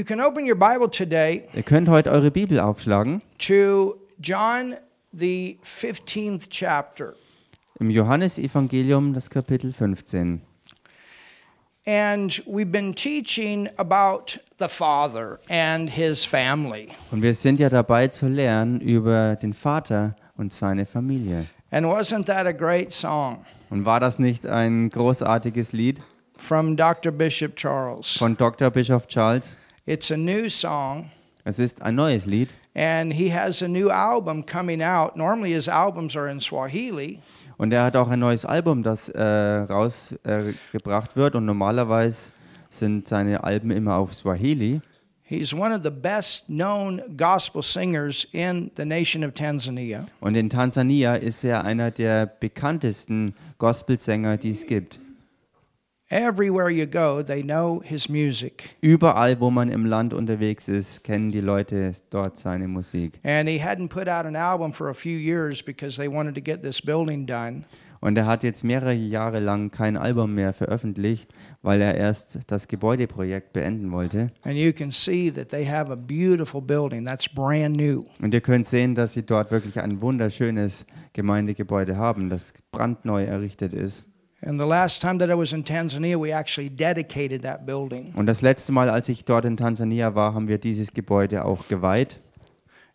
You can open your Bible today Ihr könnt heute eure Bibel aufschlagen to John, the 15th chapter. im Johannesevangelium, das Kapitel 15. And we've been teaching about the Father and his family. Und wir sind ja dabei zu lernen über den Vater und seine Familie. And wasn't that a great song Und war das nicht ein großartiges Lied from Dr. Bishop Charles? von Dr. Bischof Charles? It's a new song, Es ist ein neues Lied and he has a new album coming out. Normally, his albums are in Swahili, und er hat auch ein neues Album, das äh, rausgebracht äh, gebracht wird. Und normalerweise sind seine Alben immer auf Swahili. He's one of the best known gospel singers in the nation of Tanzania. Und in Tansania ist er einer der bekanntesten Gospelsänger, die es gibt. Everywhere you go, they know his music. Überall, wo man im Land unterwegs ist, kennen die Leute dort seine Musik. And he hadn't put out an album for a few years because they wanted to get this building done. Und er hat jetzt mehrere Jahre lang kein Album mehr veröffentlicht, weil er erst das Gebäudeprojekt beenden wollte. And you can see that they have a beautiful building that's brand new. Und ihr könnt sehen, dass sie dort wirklich ein wunderschönes Gemeindegebäude haben, das brandneu errichtet ist. And the last time that I was in Tanzania, we actually dedicated that building. Und das letzte Mal, als ich dort in Tansania war, haben wir dieses Gebäude auch geweiht.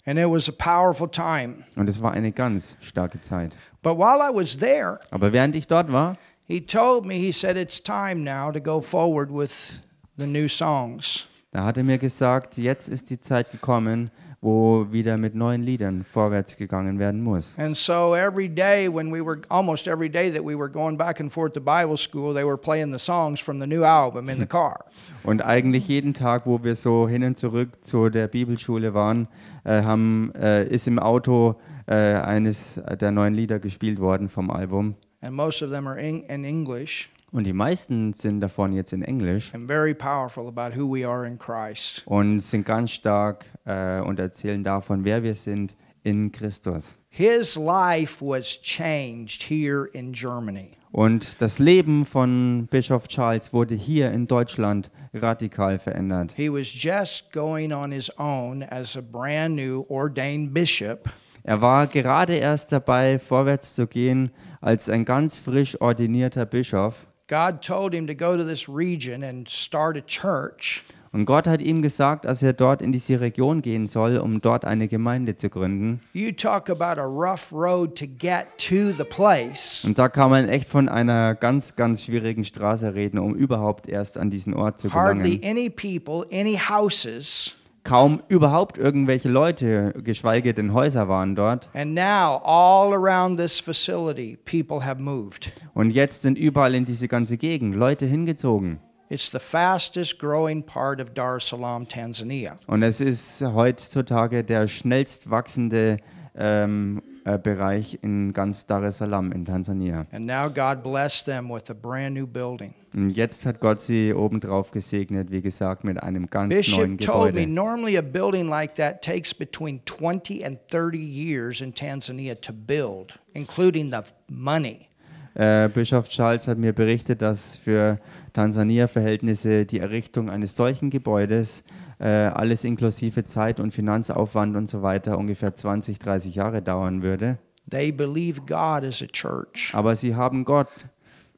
And it was a powerful time. Und es war eine ganz starke Zeit. But while I was there, Aber während ich dort war, he told me, he said, it's time now to go forward with the new songs. Da hat er mir gesagt, jetzt ist die Zeit gekommen, wo wieder mit neuen Liedern vorwärts gegangen werden muss. And so every day, when we were almost every day that we were going back and forth to Bible school, they were playing the songs from the new album in the car. Und eigentlich jeden Tag, wo wir so hin und zurück zu der Bibelschule waren, äh, haben, äh, ist im Auto äh, eines der neuen Lieder gespielt worden vom Album. And most of them are in, in English Und die meisten sind davon jetzt in Englisch and very powerful about who we are in Christ. und sind ganz stark äh, und erzählen davon, wer wir sind in Christus. His life was changed here in Germany. Und das Leben von Bischof Charles wurde hier in Deutschland radikal verändert. He was just going on his own as a brand new ordained bishop. Er war gerade erst dabei, vorwärts zu gehen, als ein ganz frisch ordinierter Bischof. God told him to go to this region and start a church. Und Gott hat ihm gesagt, dass er dort in diese Region gehen soll, um dort eine Gemeinde zu gründen. You talk about a rough road to get to the place. Und da kann man echt von einer ganz, ganz schwierigen Straße reden, um überhaupt erst an diesen Ort zu hardly gelangen. any people, any houses, Kaum überhaupt irgendwelche Leute, geschweige denn Häuser waren dort. and now all around this facility, people have moved. Und jetzt sind überall in diese ganze Gegend Leute hingezogen. It's the fastest growing part of Dar es Salaam, Tanzania. Und es ist heutzutage der schnellst wachsende ähm, äh, Bereich in ganz Dar es Salaam in Tansania. And now God blessed them with a brand new building. Und jetzt hat Gott sie obendrauf gesegnet, wie gesagt, mit einem ganz Bishop neuen told me Gebäude. normally a building like that takes between 20 and 30 years in Tanzania to build, including the money. Äh, Bischof Charles hat mir berichtet, dass für Tansania-Verhältnisse die Errichtung eines solchen Gebäudes äh, alles inklusive Zeit und Finanzaufwand und so weiter ungefähr 20, 30 Jahre dauern würde. They believe God as a church, Aber sie haben Gott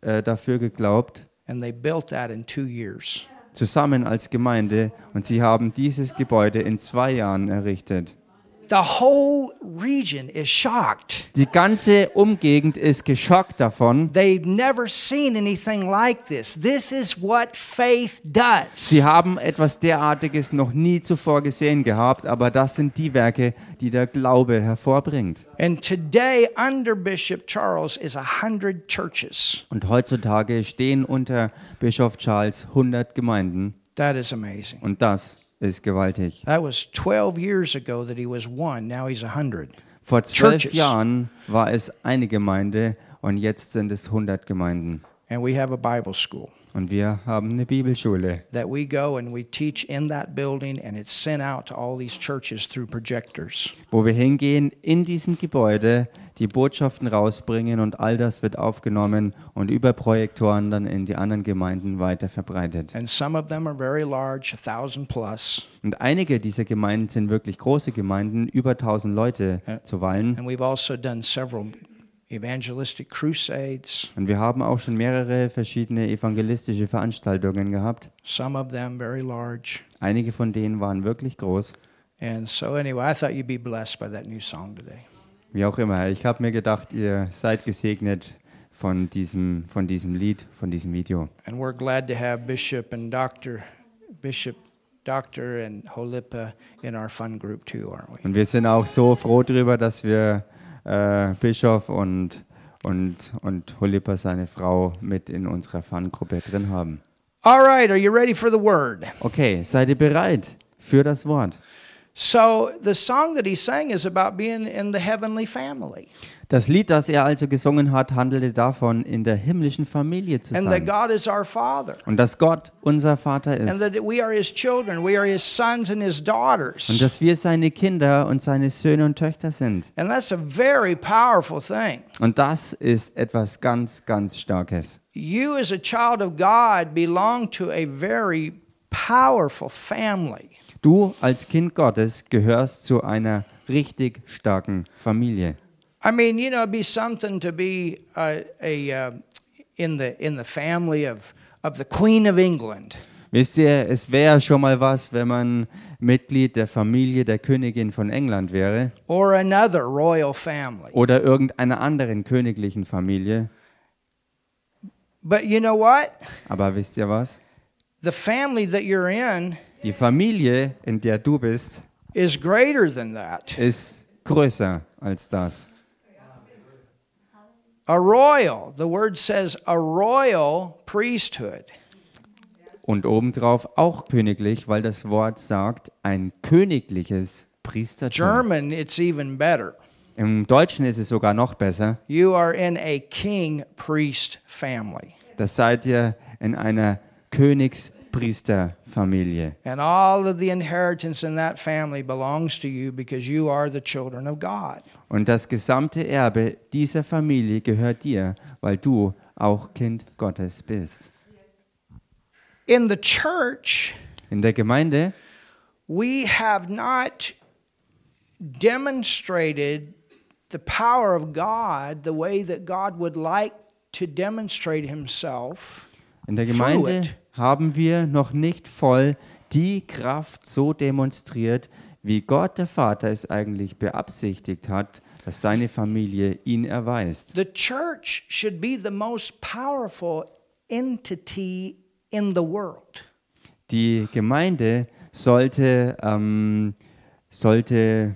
äh, dafür geglaubt, and they built that in two years. zusammen als Gemeinde und sie haben dieses Gebäude in zwei Jahren errichtet. The whole region is shocked. Die ganze Umgegend ist geschockt davon. They've never seen anything like this. This is what faith does. Sie haben etwas derartiges noch nie zuvor gesehen gehabt, aber das sind die Werke, die der Glaube hervorbringt. And today, under Bishop Charles, is a hundred churches. Und heutzutage stehen unter Bischof Charles 100 Gemeinden That is amazing. und das ist gewaltig. That was 12 years ago that he was one. Now he's a hundred. Vor zwölf Churches. Jahren war es eine Gemeinde und jetzt sind es 100 Gemeinden. And we have a Bible school. Und wir haben eine Bibelschule, that we go and we teach in that building, and it's sent out to all these churches through projectors. wo wir hingehen in diesem Gebäude, die Botschaften rausbringen und all das wird aufgenommen und über Projektoren dann in die anderen Gemeinden weiter verbreitet. And some of them are very large, a thousand plus. Und einige dieser Gemeinden sind wirklich große Gemeinden, über 1000 Leute zuweilen. And we've also done several evangelistic crusades, Und wir haben auch schon mehrere verschiedene evangelistische Veranstaltungen gehabt. some of them very large. Einige von denen waren wirklich groß. And so, anyway, I thought you'd be blessed by that new song today. Wie auch immer. Ich habe mir gedacht, ihr seid gesegnet von diesem, von diesem Lied, von diesem Video. And we're glad to have Bishop and Doctor, Bishop, Doctor, and Holipa in our fun group too, aren't we? Und wir sind auch so froh darüber, dass wir äh, Bischof und, und, und Hulipa, seine Frau, mit in unserer Fangruppe drin haben. All right, are you ready for the word? Okay, seid ihr bereit für das Wort? So, the song that he sang is about being in the heavenly family Das Lied, das er also gesungen hat, handelte davon, in der himmlischen Familie zu and that sein. God is our Father Und dass Gott unser Vater and ist. that we are His children, we are His sons and His Und daughters. dass wir seine Kinder und seine Söhne und Töchter sind. And that's a very powerful thing. Und das ist etwas ganz, ganz Starkes. You, as a child of God, belong to a very powerful family. Du als Kind Gottes gehörst zu einer richtig starken Familie. I mean, you know, it'd be something to be uh, a uh, in the in the family of of the Queen of England, Wisst ihr, es wäre schon mal was, wenn man Mitglied der Familie der Königin von England wäre or another royal family. oder irgendeiner anderen königlichen Familie. But you know what? Aber wisst ihr was? The family that you're in Die Familie, in der du bist, is greater than that. ist größer als das. A royal, the word says, a royal priesthood. Und obendrauf auch königlich, weil das Wort sagt, ein königliches Priestertum. German, it's even better. Im Deutschen ist es sogar noch besser. You are in a king priest family. Das seid ihr in einer Königspriesterfamilie. And all of the inheritance in that family belongs to you because you are the children of God. Und das gesamte Erbe dieser Familie gehört dir, weil du auch Kind Gottes bist. In the church, In der Gemeinde we have not demonstrated the power of God the way that God would like to demonstrate himself. In der Gemeinde Fluid. haben wir noch nicht voll die Kraft so demonstriert, wie Gott der Vater es eigentlich beabsichtigt hat, dass seine Familie ihn erweist. The church should be the most powerful entity in the world. Die Gemeinde sollte, ähm, sollte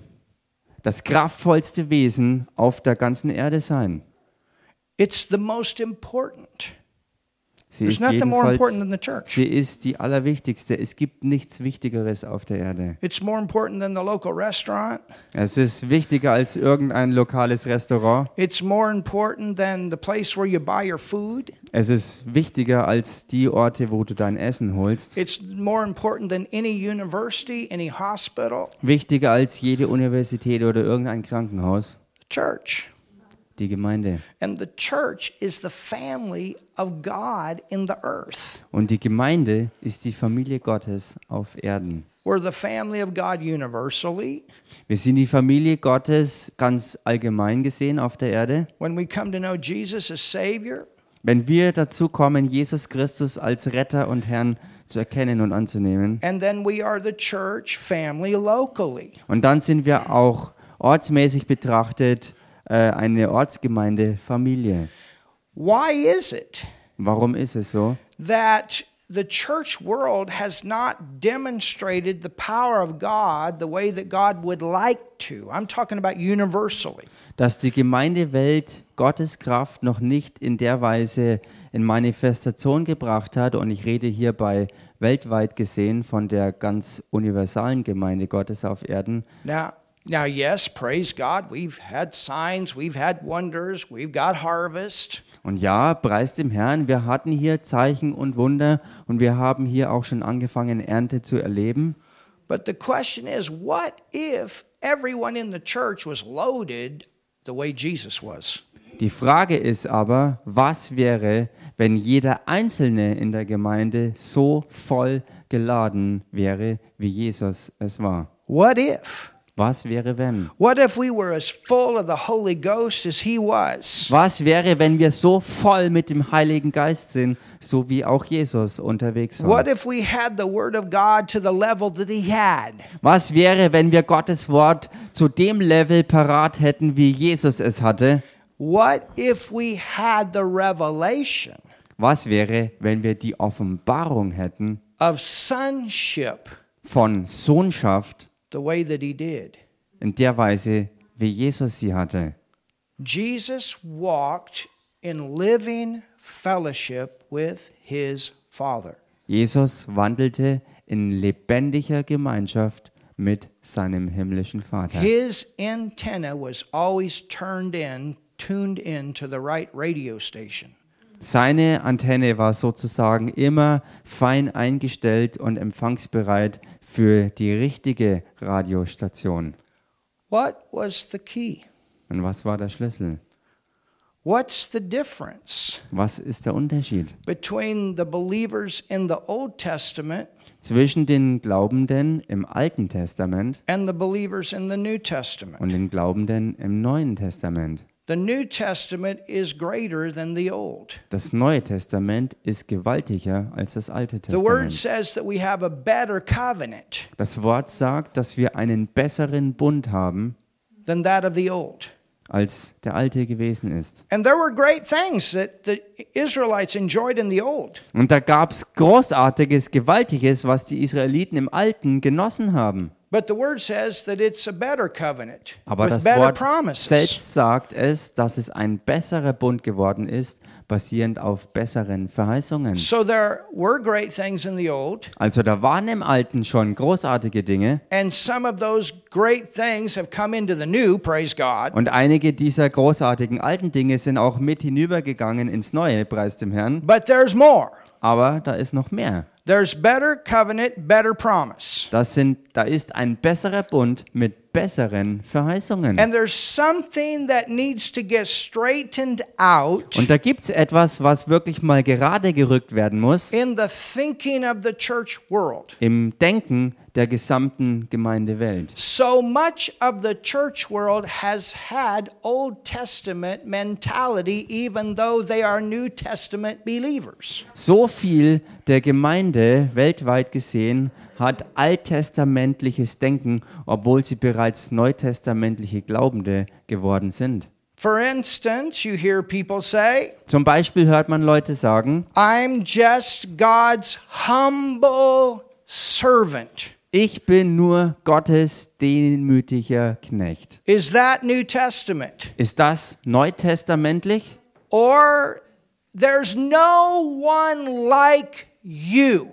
das kraftvollste Wesen auf der ganzen Erde sein. It's the most important. Sie There's ist nothing more jedenfalls- important than the church. Sie ist die allerwichtigste. Es gibt nichts Wichtigeres auf der Erde. It's more important than the local restaurant. Es ist wichtiger als irgendein lokales Restaurant. It's more important than the place where you buy your food. Es ist wichtiger als die Orte, wo du dein Essen holst. It's more important than any university, any hospital, Wichtiger als jede Universität oder irgendein Krankenhaus. the church. Die Gemeinde. And the church is the family of God in the earth. Und die Gemeinde ist die Familie Gottes auf Erden. We're the family of God universally. Wir sind die Familie Gottes ganz allgemein gesehen auf der Erde. When we come to know Jesus as Savior, Wenn wir dazu kommen, Jesus Christus als Retter und Herrn zu erkennen und anzunehmen, and then we are the church family locally. Und dann sind wir auch ortsmäßig betrachtet äh, eine Ortsgemeinde Familie. Why is it Warum ist es so? that the church world has not demonstrated the power of God the way that God would like to? I'm talking about universally. Dass die Gemeindewelt Gottes Kraft noch nicht in der Weise in Manifestation gebracht hat. Und ich rede hierbei weltweit gesehen von der ganz universalen Gemeinde Gottes auf Erden. Now, Now, yes, praise God, we've had signs, we've had wonders, we've got harvest, Und ja, preist dem Herrn, wir hatten hier Zeichen und Wunder und wir haben hier auch schon angefangen, Ernte zu erleben. but the question is what if everyone in the church was loaded the way Jesus was? Die Frage ist aber, was wäre, wenn jeder Einzelne in der Gemeinde so voll geladen wäre, wie Jesus es war? What if? Was wäre, wenn? What if we were as full of the Holy Ghost as he was? Was wäre, wenn wir so voll mit dem Heiligen Geist sind, so wie auch Jesus unterwegs war? What if we had the Word of God to the level that he had? Was wäre, wenn wir Gottes Wort zu dem Level parat hätten, wie Jesus es hatte? What if we had the revelation Was wäre, wenn wir die Offenbarung hätten of sonship von Sohnschaft the way that he did? in der Weise, wie Jesus sie hatte? Jesus walked in living fellowship with his Father. Jesus wandelte in lebendiger Gemeinschaft mit seinem himmlischen Vater. His antenna was always turned in, tuned in to the right radio station. Seine Antenne war sozusagen immer fein eingestellt und empfangsbereit für die richtige Radiostation. What was the key? Und was war der Schlüssel? What's the difference Was ist der Unterschied between the believers in the Old Testament zwischen den Glaubenden im Alten Testament and the believers in the New Testament? und den Glaubenden im Neuen Testament? The New Testament is greater than the Old. Das Neue Testament ist gewaltiger als das Alte The Word Testament. says that we have a better covenant Das Wort sagt, dass wir einen besseren Bund haben, than that of the Old. als der Alte gewesen ist. And there were great things that the Israelites enjoyed in the old. Und da gab es großartiges, gewaltiges, was die Israeliten im Alten genossen haben. But the word says that it's a better covenant Aber with das better Wort promises. selbst sagt es, dass es ein besserer Bund geworden ist, basierend auf besseren Verheißungen. So there were great things in the old, Also da waren im Alten schon großartige Dinge and some of those great things have come into the new, praise God. und einige dieser großartigen alten Dinge sind auch mit hinübergegangen ins Neue, preis dem Herrn. But there's more. Aber da ist noch mehr. There's better covenant, better promise. Das sind, da ist ein besserer Bund mit besseren Verheißungen. And there's something that needs to get straightened out Und da gibt es etwas, was wirklich mal gerade gerückt werden muss in the thinking of the church world. im Denken der gesamten Gemeindewelt. So much of the church world has had Old Testament mentality, even though they are New Testament believers. So viel der Gemeinde weltweit gesehen hat alttestamentliches Denken, obwohl sie bereits neutestamentliche Glaubende geworden sind. For instance, you hear people say, Zum Beispiel hört man Leute sagen, I'm just God's humble servant. ich bin nur Gottes demütiger Knecht. Is that New Testament? Ist das neutestamentlich? Or there's no one like you.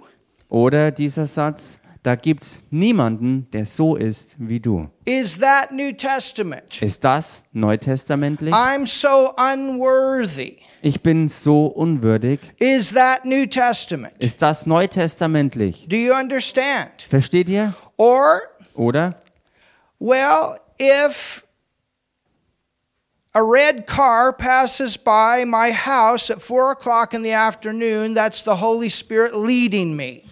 Oder dieser Satz, da gibt's niemanden, der so ist wie du. Is that New Testament? Ist das neutestamentlich? I'm so unworthy. Ich bin so unwürdig. Is that New Testament? Ist das neutestamentlich? Do you understand? Versteht ihr? Or, Oder? well, if a red car passes by my house at four o'clock in the afternoon, that's the Holy Spirit leading me.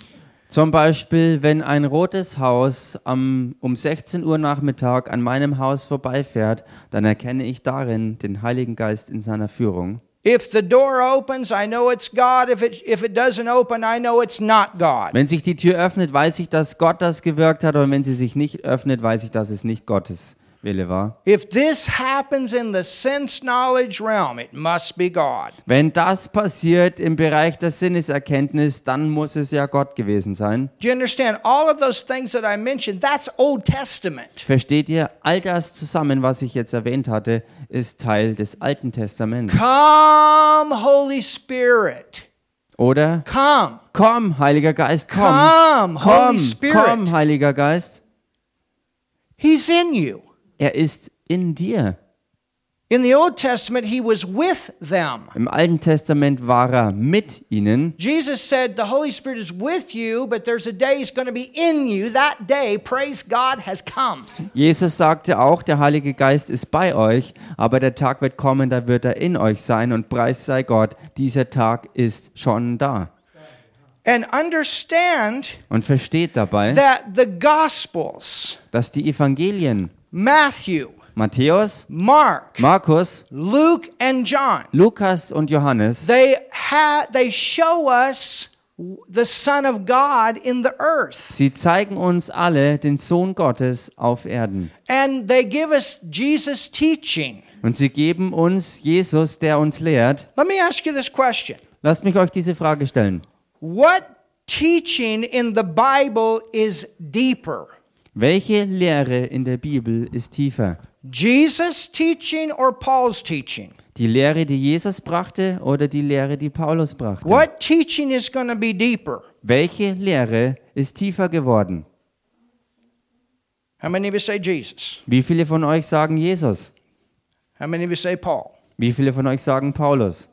Zum Beispiel, wenn ein rotes Haus am, um 16 Uhr Nachmittag an meinem Haus vorbeifährt, dann erkenne ich darin den Heiligen Geist in seiner Führung. If the door opens, I know it's God. If it, if it doesn't open, I know it's not God. Wenn sich die Tür öffnet, weiß ich, dass Gott das gewirkt hat, und wenn sie sich nicht öffnet, weiß ich, dass es nicht Gottes Wille war. If this happens in the sense knowledge realm, it must be God. Wenn das passiert im Bereich der Sinneserkenntnis, dann muss es ja Gott gewesen sein. Do you understand? All of those things that I mentioned, that's Old Testament. Versteht ihr? All das zusammen, was ich jetzt erwähnt hatte, ist Teil des Alten Testaments. Come, Holy Spirit. Oder? Come. Komm, Heiliger Geist, komm. Come, Holy komm, Spirit. komm, Heiliger Geist. He's in you. Er ist in dir. In the Old Testament, he was with them. Im Alten Testament war er mit ihnen. Jesus said, The Holy Spirit is with you, but there's a day he's going to be in you. That day, praise God, has come. Jesus sagte auch, der Heilige Geist ist bei euch, aber der Tag wird kommen, da wird er in euch sein und preis sei Gott, dieser Tag ist schon da. And understand Und versteht dabei, that the Gospels, dass die Evangelien Matthew, Matthäus, Mark, Markus, Luke, and John, Lukas und Johannes, they, ha- they show us the Son of God in the earth. sie zeigen uns alle den Sohn Gottes auf Erden. And they give us Jesus' teaching. Und sie geben uns Jesus, der uns lehrt. Let me ask you this question Lasst mich euch diese Frage stellen. What teaching in the Bible is deeper? Welche Lehre in der Bibel ist tiefer? Jesus' teaching or Paul's teaching? Die Lehre, die Jesus brachte oder die Lehre, die Paulus brachte? What teaching is going to be deeper? Welche Lehre ist tiefer geworden? How many of you say Jesus? Wie viele von euch sagen Jesus? How many of you say Paul? Wie viele von euch sagen Paulus?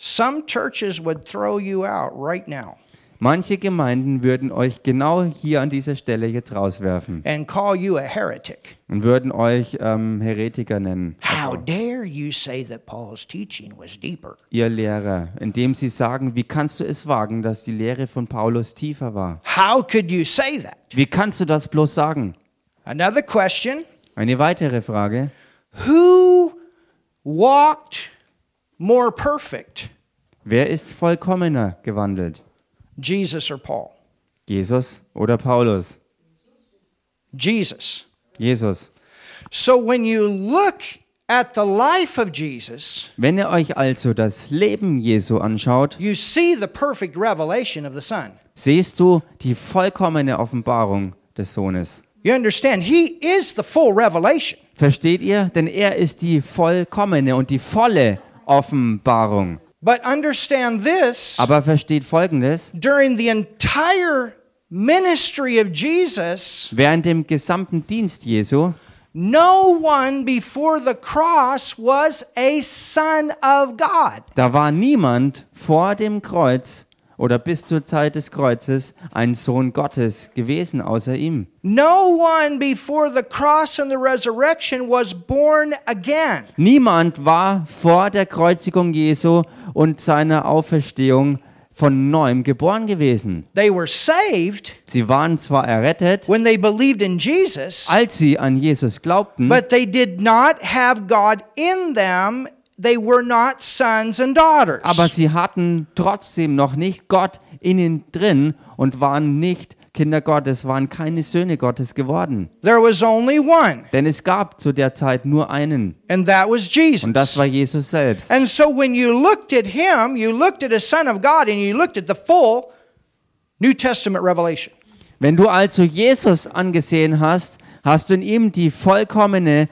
Some churches would throw you out right now Manche Gemeinden würden euch genau hier an dieser Stelle jetzt rauswerfen and call you a heretic. und würden euch ähm, Heretiker nennen, How dare you say that Paul's teaching was deeper? ihr Lehrer, indem sie sagen, wie kannst du es wagen, dass die Lehre von Paulus tiefer war? How could you say that? Wie kannst du das bloß sagen? Another question Eine weitere Frage, Who walked more perfect, wer ist vollkommener gewandelt? Jesus or Paul? Jesus oder Paulus? Jesus. Jesus. So when you look at the life of Jesus, Wenn ihr euch also das Leben Jesu anschaut, you see the perfect revelation of the Son. siehst du die vollkommene Offenbarung des Sohnes. You understand, He is the full revelation. Versteht ihr? Denn er ist die vollkommene und die volle Offenbarung. But understand this Aber versteht Folgendes, during the entire ministry of Jesus, während dem gesamten Dienst Jesu no one before the cross was a Son of God. Da war niemand vor dem Kreuz oder bis zur Zeit des Kreuzes ein Sohn Gottes gewesen außer ihm. No one before the cross and the resurrection was born again. Niemand war vor der Kreuzigung Jesu und seiner Auferstehung von neuem geboren gewesen. They were saved Sie waren zwar errettet, when they believed in Jesus, als sie an Jesus glaubten, but they did not have God in them. They were not sons and daughters. aber sie hatten trotzdem noch nicht Gott in ihnen drin und waren nicht Kinder Gottes, waren keine Söhne Gottes geworden. There was only one, Denn es gab zu der Zeit nur einen, and that was Jesus. und das war Jesus selbst. and so when you looked at him, you looked at a son of God and you looked at the full New Testament revelation. Wenn du also Jesus angesehen hast, hast du in ihm die vollkommene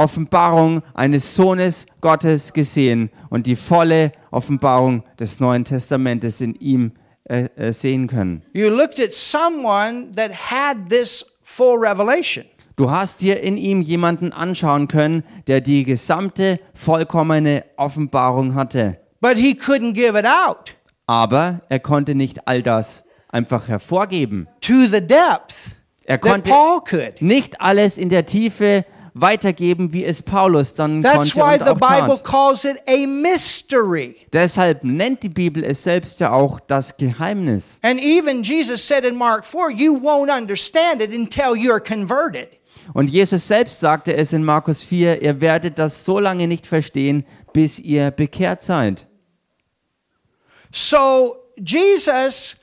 Offenbarung eines Sohnes Gottes gesehen und die volle Offenbarung des Neuen Testamentes in ihm äh, äh, sehen können. You looked at someone that had this full revelation. Du hast dir in ihm jemanden anschauen können, der die gesamte vollkommene Offenbarung hatte. But he couldn't give it out Aber er konnte nicht all das einfach hervorgeben. to the depth Er that konnte Paul could. nicht alles in der Tiefe weitergeben, wie es Paulus dann That's konnte why und the auch Bible tat. calls it a mystery. Deshalb nennt die Bibel es selbst ja auch das Geheimnis. And even Jesus said in Mark 4, you won't understand it until you're converted. Und Jesus selbst sagte es in Markus 4, ihr werdet das so lange nicht verstehen, bis ihr bekehrt seid. So Jesus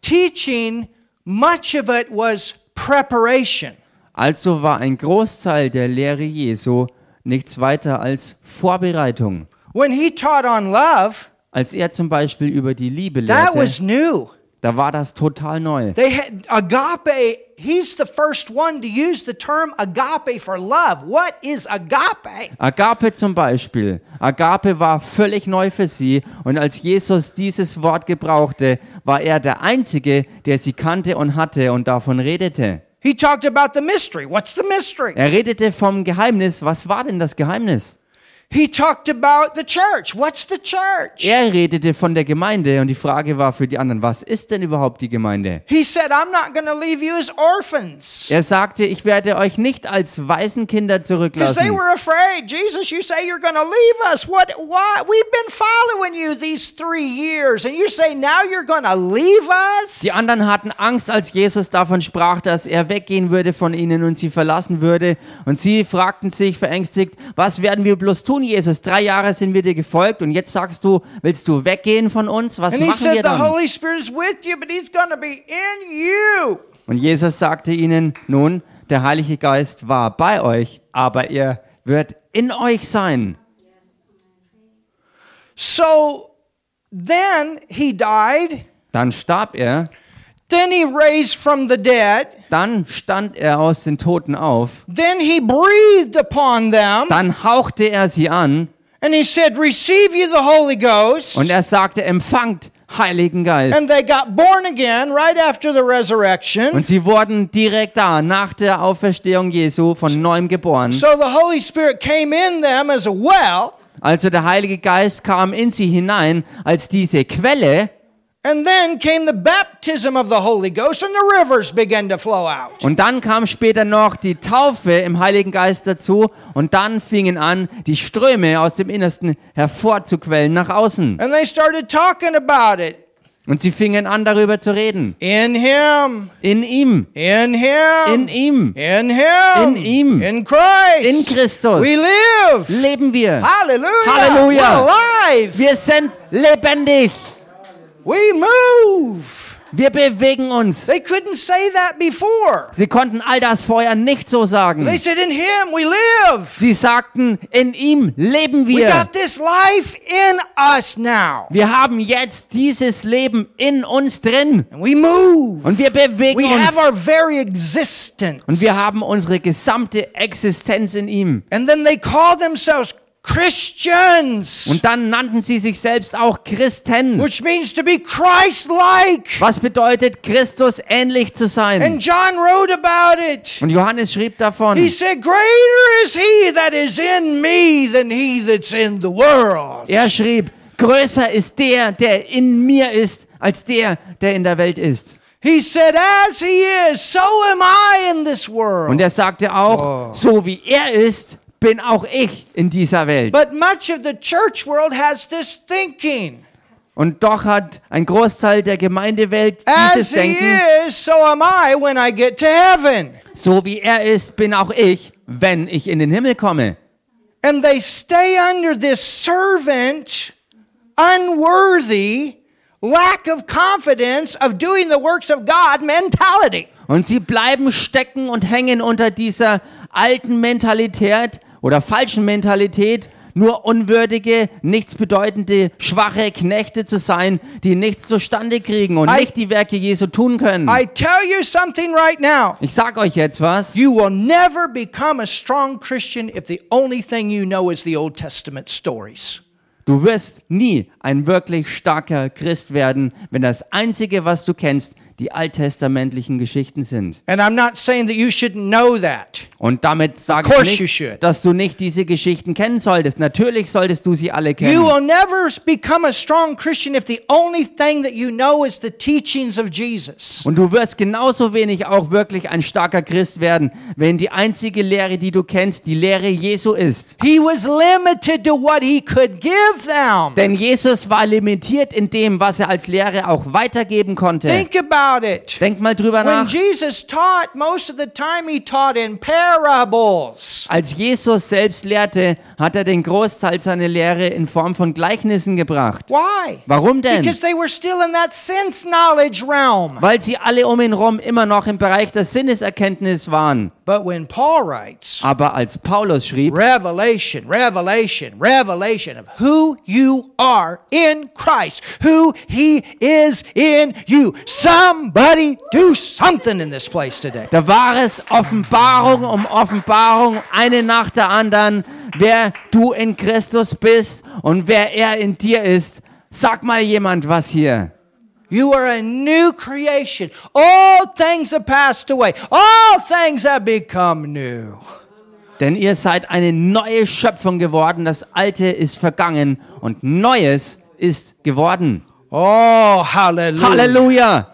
teaching, much of it was preparation. Also war ein Großteil der Lehre Jesu nichts weiter als Vorbereitung. When he taught on love, Als er zum Beispiel über die Liebe that lehrte, was new. Da war das total neu. They had agape. He's the first one to use the term agape for love. What is agape? Agape zum Beispiel. Agape war völlig neu für sie und als Jesus dieses Wort gebrauchte, war er der Einzige, der sie kannte und hatte und davon redete. He talked about the mystery. What's the mystery? Er redete vom Geheimnis. Was war denn das Geheimnis? He talked about the church. What's the church? Er redete von der Gemeinde und die Frage war für die anderen, was ist denn überhaupt die Gemeinde? He said, I'm not going to leave you as orphans. Er sagte, ich werde euch nicht als Waisenkinder Because they zurücklassen. were afraid. Jesus, you say you're going to leave us. What? Why? We've been following you these three years, and you say now you're going to leave us? Die anderen hatten Angst, als Jesus davon sprach, dass er weggehen würde von ihnen und sie verlassen würde. Und sie fragten sich verängstigt, was werden wir bloß tun, Jesus? Drei Jahre sind wir dir gefolgt und jetzt sagst du, willst du weggehen von uns? Was and he machen wir said, The dann? Holy Spirit is with you, but he's going to be in you. Und Jesus sagte ihnen, nun, der Heilige Geist war bei euch, aber er wird in euch sein. So then he died. Dann starb er, Then he raised from the dead. dann stand er aus den Toten auf, Then he breathed upon them. dann hauchte er sie an And he said, Receive you the Holy Ghost. und er sagte, empfangt Heiligen Geist. And they got born again right after the resurrection. Und sie wurden direkt da, nach der Auferstehung Jesu, von neuem geboren. Mm-hmm. So the Holy Spirit came in them as a well. Also der Heilige Geist kam in sie hinein als diese Quelle And then came the baptism of the Holy Ghost, and the rivers began to flow out. Und dann kam später noch die Taufe im Heiligen Geist dazu und dann fingen an, die Ströme aus dem Innersten hervorzuquellen nach außen. And they started talking about it. Und sie fingen an, darüber zu reden. In Him, In ihm, in Him, in ihm in Him, In Ihm. in Christ, In Christus. We live. leben wir. Hallelujah. Hallelujah. We're alive. Wir sind lebendig. We move. Wir bewegen uns. They couldn't say that before. Sie konnten all das vorher nicht so sagen. They said, In Him we live. Sie sagten, in ihm leben We wir. got this life in us now. Wir haben jetzt dieses Leben in uns drin And we move. und wir bewegen We have uns. our very existence. Und wir haben unsere gesamte Existenz in ihm. And then they call themselves Christians, Und dann nannten sie sich selbst auch Christen, which means to be Christ like. was bedeutet, Christus ähnlich zu sein. And John wrote about it. Und Johannes schrieb davon, He said, Greater is he that is in me than he that's in the world. er schrieb, größer ist der, der in mir ist, als der, der in der Welt ist. He said, As he is, so am I in this Und world. er sagte Oh. auch, so wie er ist, bin auch ich in dieser Welt. But much of the church world has this thinking Und doch hat ein Großteil der Gemeindewelt dieses As he Denken, is, so am I when I get to heaven. so wie er ist, bin auch ich, wenn ich in den Himmel komme. and they stay under this servant, unworthy, lack of confidence of doing the works of God mentality. Und sie bleiben stecken und hängen unter dieser alten Mentalität oder falschen Mentalität, nur unwürdige, nichtsbedeutende, schwache Knechte zu sein, die nichts zustande kriegen und I- nicht die Werke Jesu tun können. I tell you something right now. Ich sag euch jetzt was. You will never become a strong Christian if the only thing you know is the Old Testament stories. Du wirst nie ein wirklich starker Christ werden, wenn das Einzige, was du kennst, die alttestamentlichen Geschichten sind. And I'm not saying that you shouldn't know that. Und damit sage course you ich should. nicht, dass du nicht diese Geschichten kennen solltest. Natürlich solltest du sie alle kennen. You will never become a strong Christian if the only thing that you know is the teachings of Jesus. Und du wirst genauso wenig auch wirklich ein starker Christ werden, wenn die einzige Lehre, die du kennst, die Lehre Jesu ist. He was limited to what he could give them. Denn Jesus war limitiert in dem, was er als Lehre auch weitergeben konnte. Think about about it. Denk mal drüber When nach. Jesus taught, most of the time he taught in parables. Als Jesus selbst lehrte, hat er den Großteil seiner Lehre in Form von Gleichnissen gebracht. Why? Warum denn? Because they were still in that sense knowledge realm. Weil sie alle um ihn herum immer noch im Bereich der Sinneserkenntnis waren. But when Paul writes, Aber als Paulus schrieb, revelation, revelation, revelation of who you are in Christ, who He is in you. Somebody do something in this place today. da war es Offenbarung um Offenbarung, eine nach der anderen, wer du in Christus bist und wer er in dir ist. Sag mal jemand was hier. You are a new creation. All things have passed away, all things have become new. Denn ihr seid eine neue Schöpfung geworden, das Alte ist vergangen und Neues ist geworden. Oh, hallelujah. Halleluja!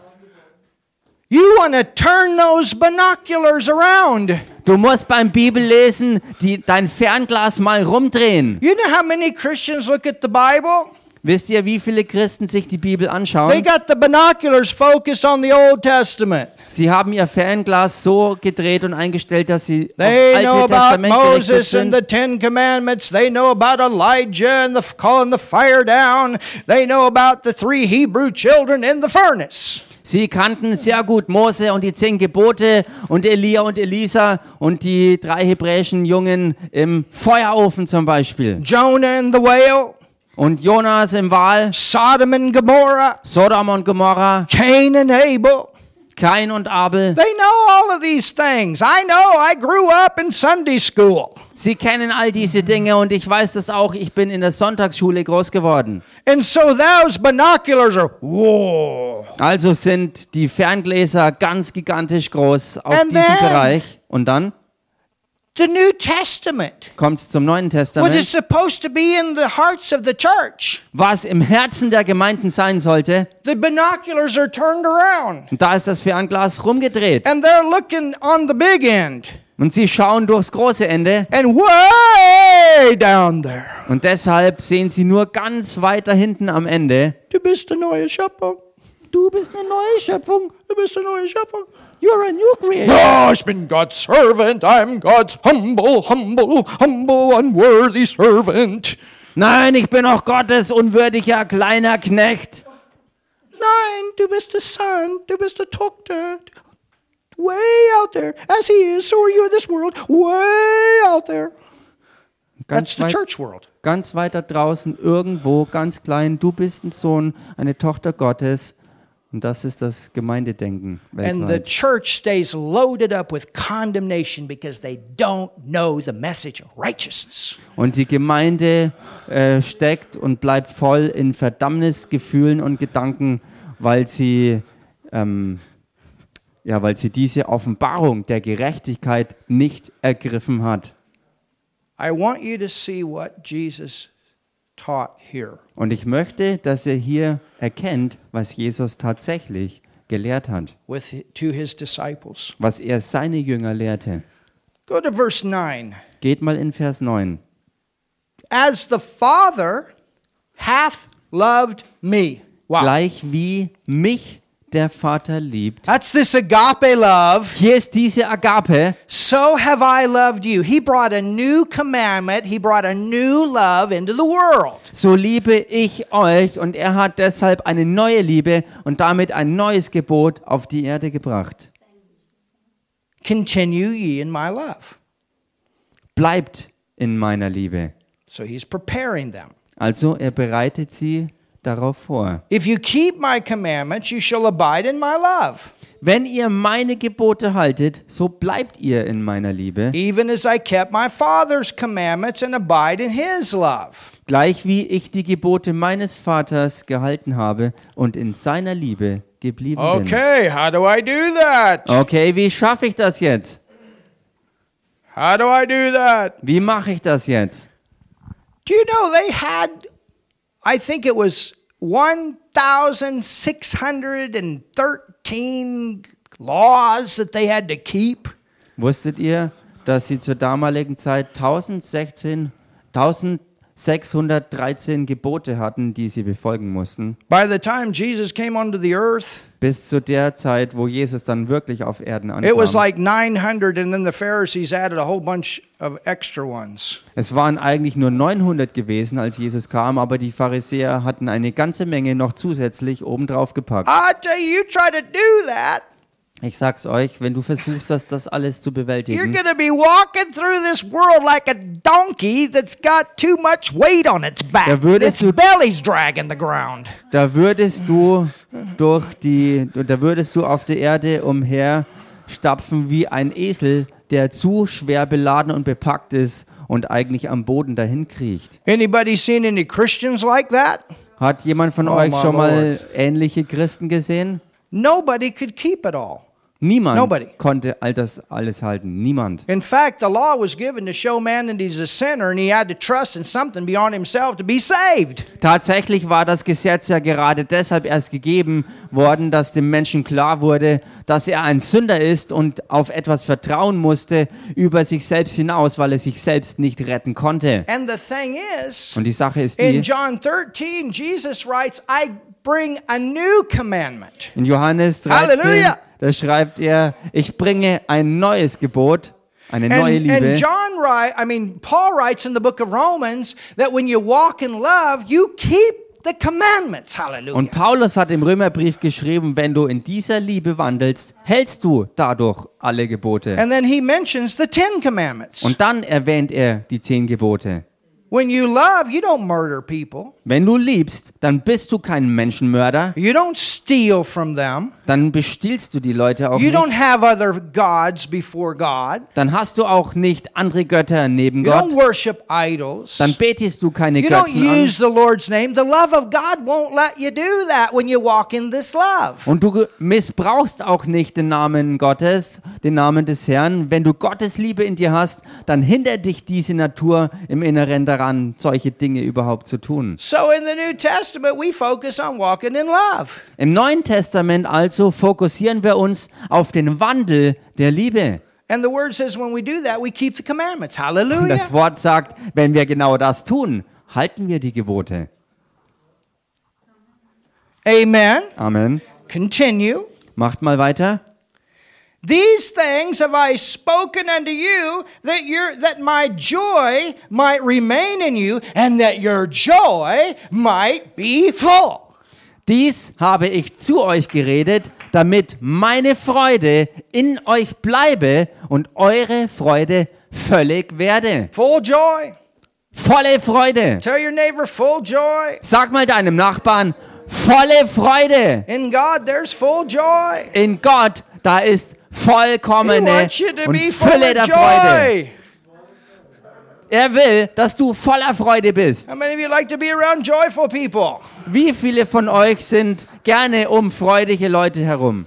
You want to turn those binoculars around. Du musst beim Bibellesen die, dein Fernglas mal rumdrehen. You know how many Christians look at the Bible? Wisst ihr, wie viele Christen sich die Bibel They anschauen? got the binoculars focused on the Old Testament. Sie haben ihr Fernglas so gedreht und eingestellt, dass sie They aufs know Alte about Um, Testament gerichtet Moses and the sind. Ten Commandments. They know about Elijah and the f- calling the fire down. They know about the three Hebrew children in the furnace. Sie kannten sehr gut Mose und die zehn Gebote und Elia und Elisa und die drei hebräischen Jungen im Feuerofen zum Beispiel. Jonah and the whale. Und Jonas im Wal, Sodom and Gomorrah. Sodom und Gomorra, Cain and Abel. Kain und Abel. They know all of these things. I know. I grew up in Sunday school. Sie kennen all diese Dinge und ich weiß das auch. Ich bin in der Sonntagsschule groß geworden. And so those binoculars are, whoa. Also sind die Ferngläser ganz gigantisch groß auf And diesen then- Bereich. Und dann The New Testament, kommt es zum Neuen what is Testament, supposed to be in the hearts of the church, was im Herzen der Gemeinden sein sollte. the binoculars are turned around. Und da ist das Fernglas rumgedreht. and they're looking on the big end Und sie schauen durchs große Ende and way down there. und deshalb sehen sie nur ganz weiter hinten am Ende. Du bist eine neue Schöpfung. Du bist eine neue Schöpfung. Du bist eine neue Schöpfung. You're a new creation. Oh, ich bin God's servant. I'm God's humble, humble, humble, unworthy servant. Nein, ich bin auch Gottes unwürdiger kleiner Knecht. Nein, du bist der Son. Du bist der Tochter. Way out there. As he is, so are you in this world. Way out there. That's Ganz, the weit, church world. ganz weiter draußen, irgendwo, ganz klein. Du bist ein Sohn, eine Tochter Gottes. Und das ist das Gemeindedenken And the weltweit. church stays loaded up with condemnation because they don't know the message of righteousness. Und die Gemeinde äh, steckt und bleibt voll in Verdammnisgefühlen und Gedanken, weil sie, ähm, ja, weil sie diese Offenbarung der Gerechtigkeit nicht ergriffen hat. I want you to see what Jesus taught here. Und ich möchte, dass ihr hier erkennt, was Jesus tatsächlich gelehrt hat, with to his disciples. was er seine Jünger lehrte. Go to verse 9. Geht mal in Vers 9. As the Father hath loved me. Wow. Gleich wie mich der Vater liebt. That's this agape love. Hier ist diese Agape, So have I loved you. He brought a new commandment, he brought a new love into the world. so liebe ich euch und er hat deshalb eine neue Liebe und damit ein neues Gebot auf die Erde gebracht. Continue ye in my love. Bleibt in meiner Liebe. So he's preparing them. Also er bereitet sie darauf vor. If you keep my commandments, you shall abide in my love, Wenn ihr meine Gebote haltet, so bleibt ihr in meiner Liebe, even as I kept my Father's commandments and abide in his love. gleich wie ich die Gebote meines Vaters gehalten habe und in seiner Liebe geblieben bin. Okay, how do I do that? Okay, wie schaffe ich das jetzt? How do I do that? Wie mache ich das jetzt? Do you know they had, I think it was 1,613 laws that they had to keep? Wusstet ihr, dass sie zur damaligen Zeit 1016, 1000 613 Gebote hatten, die sie befolgen mussten, By the time Jesus came onto the earth, bis zu der Zeit, wo Jesus dann wirklich auf Erden it was like ankam. 900, and then the Pharisees added a whole bunch of extra ones. Es waren eigentlich nur 900 gewesen, als Jesus kam, aber die Pharisäer hatten eine ganze Menge noch zusätzlich obendrauf gepackt. I tell you, you try to do that, Ich sag's euch, wenn du versuchst, das, das alles zu you're bewältigen, going to be walking through this world like a donkey that's got too much weight on its back. Da würdest its du- belly's dragging the ground. da würdest du durch die, da würdest du auf der Erde umherstapfen wie ein Esel, der zu schwer beladen und bepackt ist und eigentlich am Boden dahin kriecht. Anybody seen any Christians like that? Hat jemand von Oh, euch my schon mal Lord. ähnliche Christen gesehen? Nobody could keep it all. Niemand Nobody. konnte all das alles halten. Niemand. In fact, the law was given to show man that he's a sinner and he had to trust in something beyond himself to be saved. Tatsächlich war das Gesetz ja gerade deshalb erst gegeben worden, dass dem Menschen klar wurde, dass er ein Sünder ist und auf etwas vertrauen musste über sich selbst hinaus, weil er sich selbst nicht retten konnte. And the thing is, Und die Sache ist die, in John 13, Jesus writes, I bring a new commandment. in Johannes 13, Halleluja! da schreibt er, ich bringe ein neues Gebot, eine neue And, Liebe. and John write, I mean, Paul writes in the book of Romans that when you walk in love, you keep the commandments. Hallelujah. Und Paulus hat im Römerbrief geschrieben, wenn du in dieser Liebe wandelst, hältst du dadurch alle Gebote. and then he mentions the Ten Commandments. Und dann erwähnt er die zehn Gebote. When you love, you don't murder people. Wenn du liebst, dann bist du kein Menschenmörder, You don't steal from them. dann bestiehlst du die Leute auch You nicht, don't have other gods before God. dann hast du auch nicht andere Götter neben You don't Gott, worship idols. dann betest du keine You don't Götzen an use the Lord's name. The love of God won't let you do that when you walk in this love. und du ge- missbrauchst auch nicht den Namen Gottes, den Namen des Herrn. Wenn du Gottes Liebe in dir hast, dann hindert dich diese Natur im Inneren daran, solche Dinge überhaupt zu tun. So in the New Testament, we focus on walking in love. Im Neuen Testament also fokussieren wir uns auf den Wandel der Liebe. And the word says when we do that, we keep the commandments. Und Hallelujah. das Wort sagt, wenn wir genau das tun, halten wir die Gebote. Amen. Amen. Continue. Macht mal weiter. These things have I spoken unto you that your that my joy might remain in you and that your joy might be full. Dies habe ich zu euch geredet, damit meine Freude in euch bleibe und eure Freude völlig werde. Full joy. Volle Freude. Tell your neighbor full joy. Sag mal deinem Nachbarn, volle Freude. In God there's full joy. In Gott, da ist He vollkommene wants you to und be full Fülle of der Freude. joy. Er will, dass du voller Freude bist. How many of you like to be around joyful people? Wie viele von euch sind gerne um freudige Leute herum?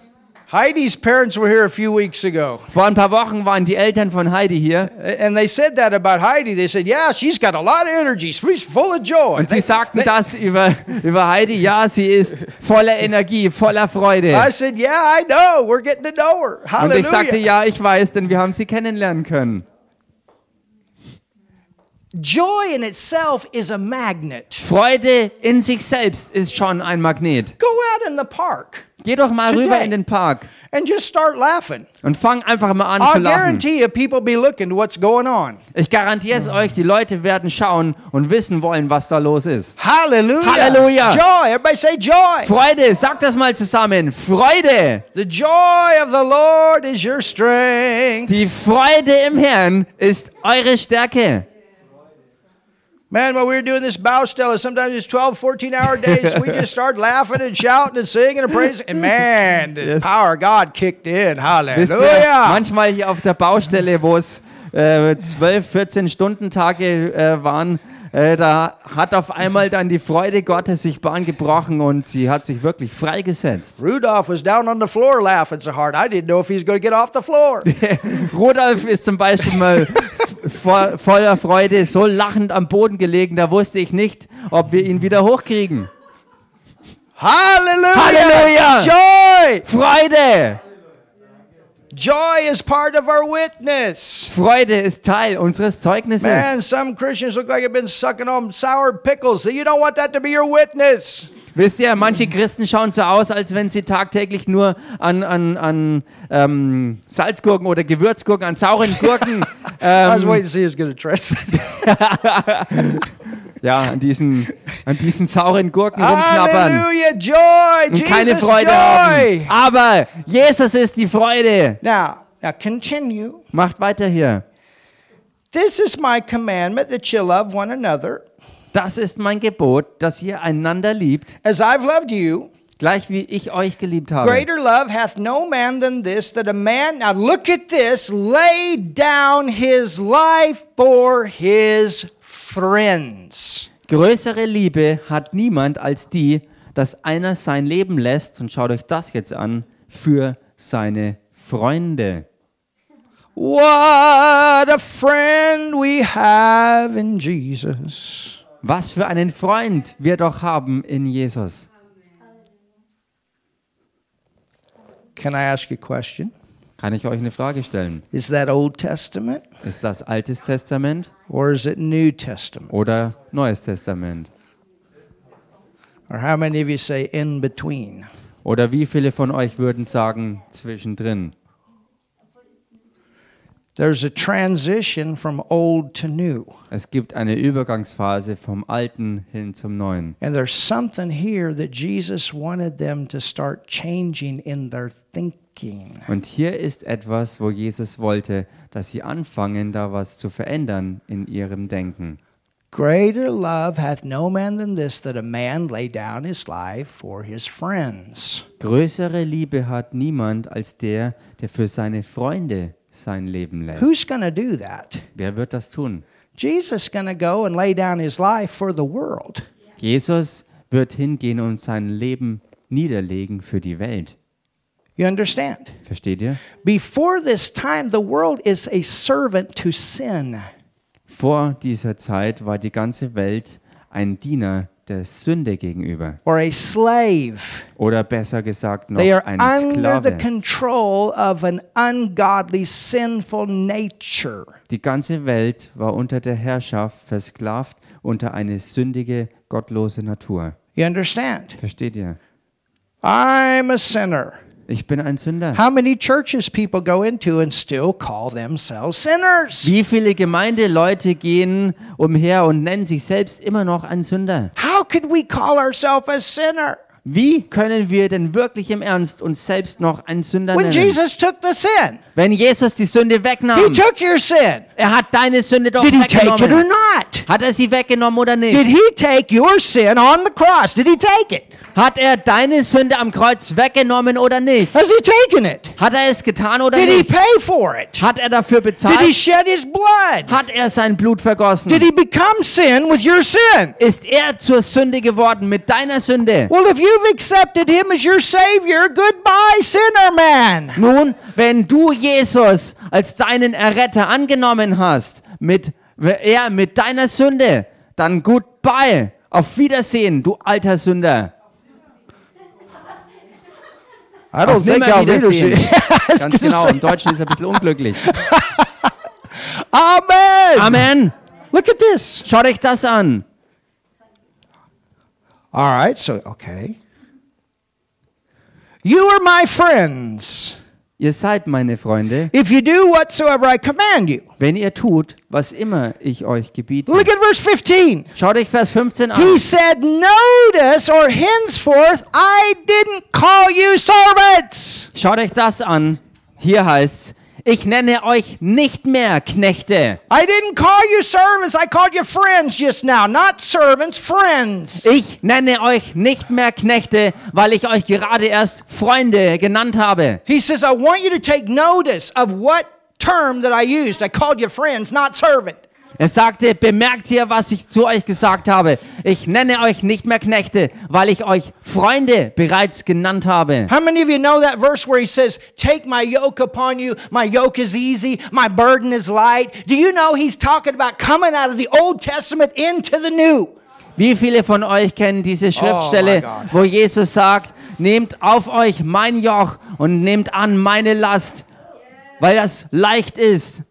Heidi's parents were here a few weeks ago. Vor ein paar Wochen waren die Eltern von Heidi hier And they said that about Heidi. They said, "Yeah, she's got a lot of energy. She's full of joy." und sie sagten das über, über Heidi. Ja, sie ist voller Energie, voller Freude. I said, "Yeah, I know. We're getting to know her." Und Hallelujah. ich sagte, ja, ich weiß, denn wir haben sie kennenlernen können. Joy in itself is a magnet. Freude in sich selbst ist schon ein Magnet. Go out in the park Geh doch mal Today. rüber in den Park and just start laughing. und fang einfach mal an zu I'll lachen. guarantee you, people be looking to what's going on. Ich garantiere es euch, die Leute werden schauen und wissen wollen, was da los ist. Hallelujah. Hallelujah. Joy. Everybody say joy. Freude, sag das mal zusammen. Freude. The joy of the Lord is your strength. Die Freude im Herrn ist eure Stärke. Man, while we were doing this Baustelle, sometimes it's 12, 14 hour days. we just start laughing and shouting and singing and praising. And man, the power of God kicked in. Wisst ihr, Hallelujah. manchmal hier auf der Baustelle, wo es äh, 12, 14 Stunden Tage äh, waren, äh, da hat auf einmal dann die Freude Gottes sich Bahn gebrochen und sie hat sich wirklich freigesetzt. Rudolph was down on the floor laughing so hard. I didn't know if he was going to get off the floor. Rudolf ist zum Beispiel mal vo voller Freude so lachend am Boden gelegen, da wusste ich nicht, ob wir ihn wieder hochkriegen. Hallelujah. Hallelujah. Joy. Freude! Joy is part of our witness. Freude ist Teil unseres Zeugnisses. Man, some Christians look like they've been sucking on sour pickles. You don't want that to be your witness. Wisst ihr, manche Christen schauen so aus, als wenn sie tagtäglich nur an, an, an ähm, Salzgurken oder Gewürzgurken, an sauren Gurken, I ähm, was waiting to see who's going to translate. that. ja, an diesen, an diesen sauren Gurken rumknabbern Hallelujah, joy, und keine Jesus, Freude haben. joy. Aber Jesus ist die Freude. Now, now continue. Macht weiter hier. This is my commandment that you love one another. Das ist mein Gebot, dass ihr einander liebt, As I've loved you, gleich wie ich euch geliebt habe. greater love hath no man than this, that a man, now look at this, lay down his life for his friends. Größere Liebe hat niemand als die, dass einer sein Leben lässt, und schaut euch das jetzt an, für seine Freunde. What a friend we have in Jesus. Was für einen Freund wir doch haben in Jesus. Can I ask you a question? Kann ich euch eine Frage stellen? Is that Old Testament Ist das Altes Testament or is it New Testament? oder Neues Testament? Or how many of you say in between? Oder wie viele von euch würden sagen zwischendrin? There's a transition from old to new. Es gibt eine Übergangsphase vom Alten hin zum Neuen. And there's something here that Jesus wanted them to start changing in their thinking. Und hier ist etwas, wo Jesus wollte, dass sie anfangen, da was zu verändern in ihrem Denken. Greater love hath no man than this, that a man lay down his life for his friends. Größere Liebe hat niemand als der, der für seine Freunde sein Leben lässt. Who's going to do that? Wer wird das tun? Jesus is going to go and lay down his life for the world. Jesus wird hingehen und sein Leben niederlegen für die Welt. You understand? Versteht ihr? Before this time, the world is a servant to sin. Vor dieser Zeit war die ganze Welt ein Diener der Sünde gegenüber. or a slave. Oder besser gesagt noch They are ein under the Sklave. control of an ungodly, sinful nature. Die ganze Welt war unter der Herrschaft versklavt unter eine sündige, gottlose Natur. You understand? Versteht ihr? I'm a sinner. Ich bin ein Sünder. How many churches people go into and still call themselves sinners? Wie viele Gemeindeleute gehen umher und nennen sich selbst immer noch ein Sünder? How could we call ourselves a sinner Wie können wir denn wirklich im Ernst uns selbst noch ein Sünder when nennen? Jesus took the sin? Wenn Jesus die Sünde He wegnahm, took your sin. er hat deine Sünde doch Did he take it or weggenommen. not? Hat er sie weggenommen oder Did nicht? he take your sin on the cross? Did he take it? Hat er deine Sünde am Kreuz weggenommen oder nicht? Has he taken it? Hat er es getan oder Did he nicht? pay for it? Hat er dafür Did he bezahlt? shed his blood? Hat er sein Blut Did vergossen? he become sin with your sin? Ist er zur Sünde geworden mit deiner Sünde? Well, if you've accepted him as your Savior, goodbye, sinner man. Nun, wenn du Jesus als deinen Erretter angenommen hast, mit er mit deiner Sünde, dann goodbye, auf Wiedersehen, du alter Sünder. I Auf Nimmerwiedersehen. Ganz genau, im Amen. Deutschen ist er ein bisschen unglücklich. Amen. Amen. Look at this. Schaut euch das an. All right, so, okay. You are my friends Ihr seid meine Freunde, if you do whatsoever I command you. wenn ihr tut, was immer ich euch gebiete. Look at verse 15. Schaut euch Vers 15 an. He said, Notice or henceforth, I didn't call you servants. Schaut euch das an. Hier heißt's, ich nenne euch nicht mehr Knechte. I didn't call you servants. I called you friends just now. Not servants, friends. Ich nenne euch nicht mehr Knechte, weil ich euch gerade erst Freunde genannt habe. He says, I want you to take notice of what term that I used. I called you friends, not servant. Er sagte, bemerkt hier, was ich zu euch gesagt habe. Ich nenne euch nicht mehr Knechte, weil ich euch Freunde bereits genannt habe. How many of you know that verse where he says, Take my yoke upon you. My yoke is easy. My burden is light. Do you know he's talking about coming out of the Old Testament into the New? Wie viele von euch kennen diese Schriftstelle, my God. wo Jesus sagt, nehmt auf euch mein Joch und nehmt an meine Last. weil das leicht ist.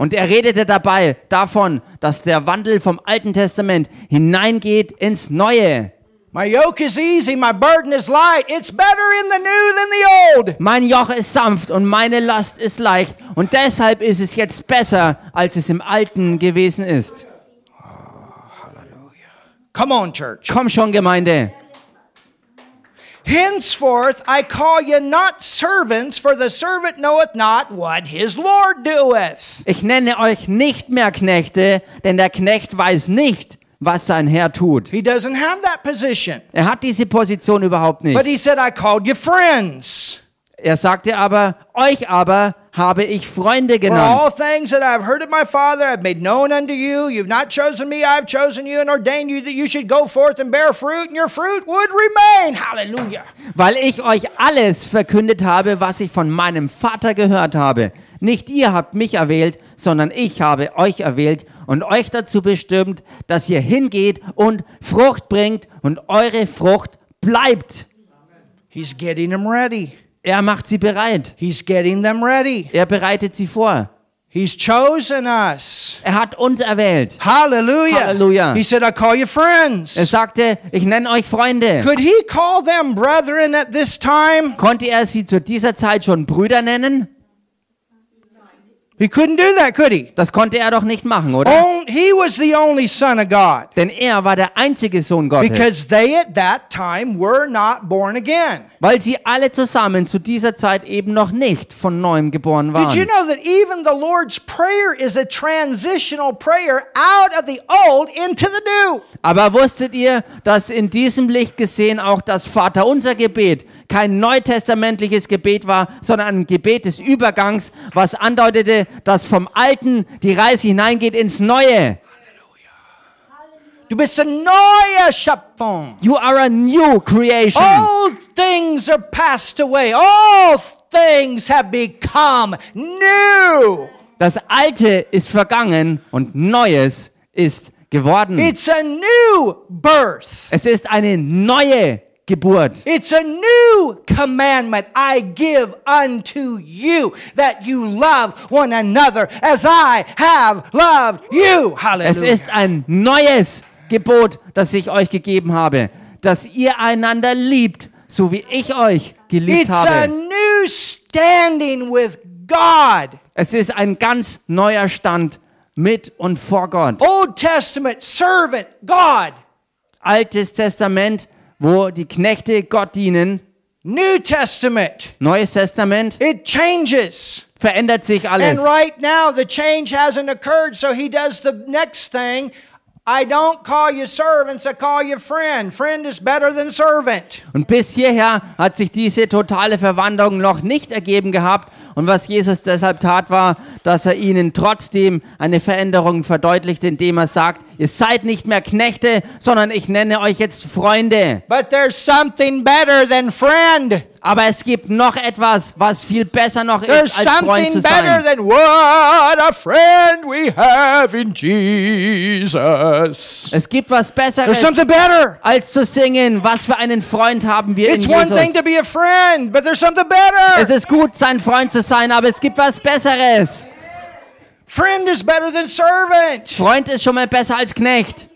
Und er redete dabei davon, dass der Wandel vom Alten Testament hineingeht ins Neue. My yoke is easy, my burden is light. It's better in the new than the old. Mein Joch ist sanft und meine Last ist leicht. Und deshalb ist es jetzt besser, als es im Alten gewesen ist. Come on, church. Komm schon, Gemeinde. Henceforth I call you not servants, for the servant knoweth not what his Lord doeth. Ich nenne euch nicht mehr Knechte, denn der Knecht weiß nicht, was sein Herr tut. He doesn't have that position. Er hat diese Position überhaupt But nicht. he said, I called you friends. Er sagte aber, euch aber habe ich Freunde For all genannt. things that I have heard of my Father, I have made known unto you. You've not chosen me, I have chosen you and ordained you that you should go forth and bear fruit, and your fruit would remain. Hallelujah. Weil ich euch alles verkündet habe, was ich von meinem Vater gehört habe. Nicht ihr habt mich erwählt, sondern ich habe euch erwählt und euch dazu bestimmt, dass ihr hingeht und Frucht bringt und eure Frucht bleibt. He's getting them ready. Er macht sie bereit. He's getting them ready. Er bereitet sie vor. He's chosen us. Er hat uns erwählt. Hallelujah. Hallelujah. He said, I call you Er friends. sagte, ich nenne euch Freunde. Could he call them brethren at this time? Konnte er sie zu dieser Zeit schon Brüder nennen? He couldn't do that, could he? Das konnte er doch nicht machen, oder? On- he was the only son of God Denn er war der einzige Sohn Gottes. because they at that time were not born again. Weil sie alle zusammen zu dieser Zeit eben noch nicht von neuem geboren Did you waren. know that even the Lord's Prayer is a transitional prayer out of the old into the new? Aber wusstet ihr, dass in diesem Licht gesehen auch das Vaterunser Gebet kein neutestamentliches Gebet war, sondern ein Gebet des Übergangs, was andeutete, dass vom Alten die Reise hineingeht ins Neue. Du bist eine neue Schöpfung. You are a new creation. Old things are passed away. All things have become new. Das Alte ist vergangen und Neues ist geworden. It's a new birth. es ist eine neue Geburt. It's a new commandment I give unto you that you love one another as I have loved you. Es Hallelujah. ist ein neues Gebot, das ich euch gegeben habe, dass ihr einander liebt, so wie ich euch geliebt It's a habe. new standing with God. Es ist ein ganz neuer Stand mit und vor Gott. Old Testament servant God. Altes Testament, wo die Knechte Gott dienen. New Testament. Neues Testament It changes. verändert sich And alles. right now, the change hasn't occurred, so he does the next thing. I don't call you servants, I call you friend. Friend is better than servant. Und bis hierher hat sich diese totale Verwandlung noch nicht ergeben gehabt. Und was Jesus deshalb tat, war, dass er ihnen trotzdem eine Veränderung verdeutlicht, indem er sagt, ihr seid nicht mehr Knechte, sondern ich nenne euch jetzt Freunde. But there's something better than friend. Aber es gibt noch etwas, was viel besser noch There's ist, als Freund zu something better sein. than what a friend we have in Jesus. Es gibt was There's Besseres, something better. als zu singen, was für einen Freund haben wir in It's one thing Jesus. to be a friend, but there's something Es better. ist gut, sein Freund zu sein, aber es gibt was Besseres. Friend is better than servant, Freund ist schon mal besser als Knecht.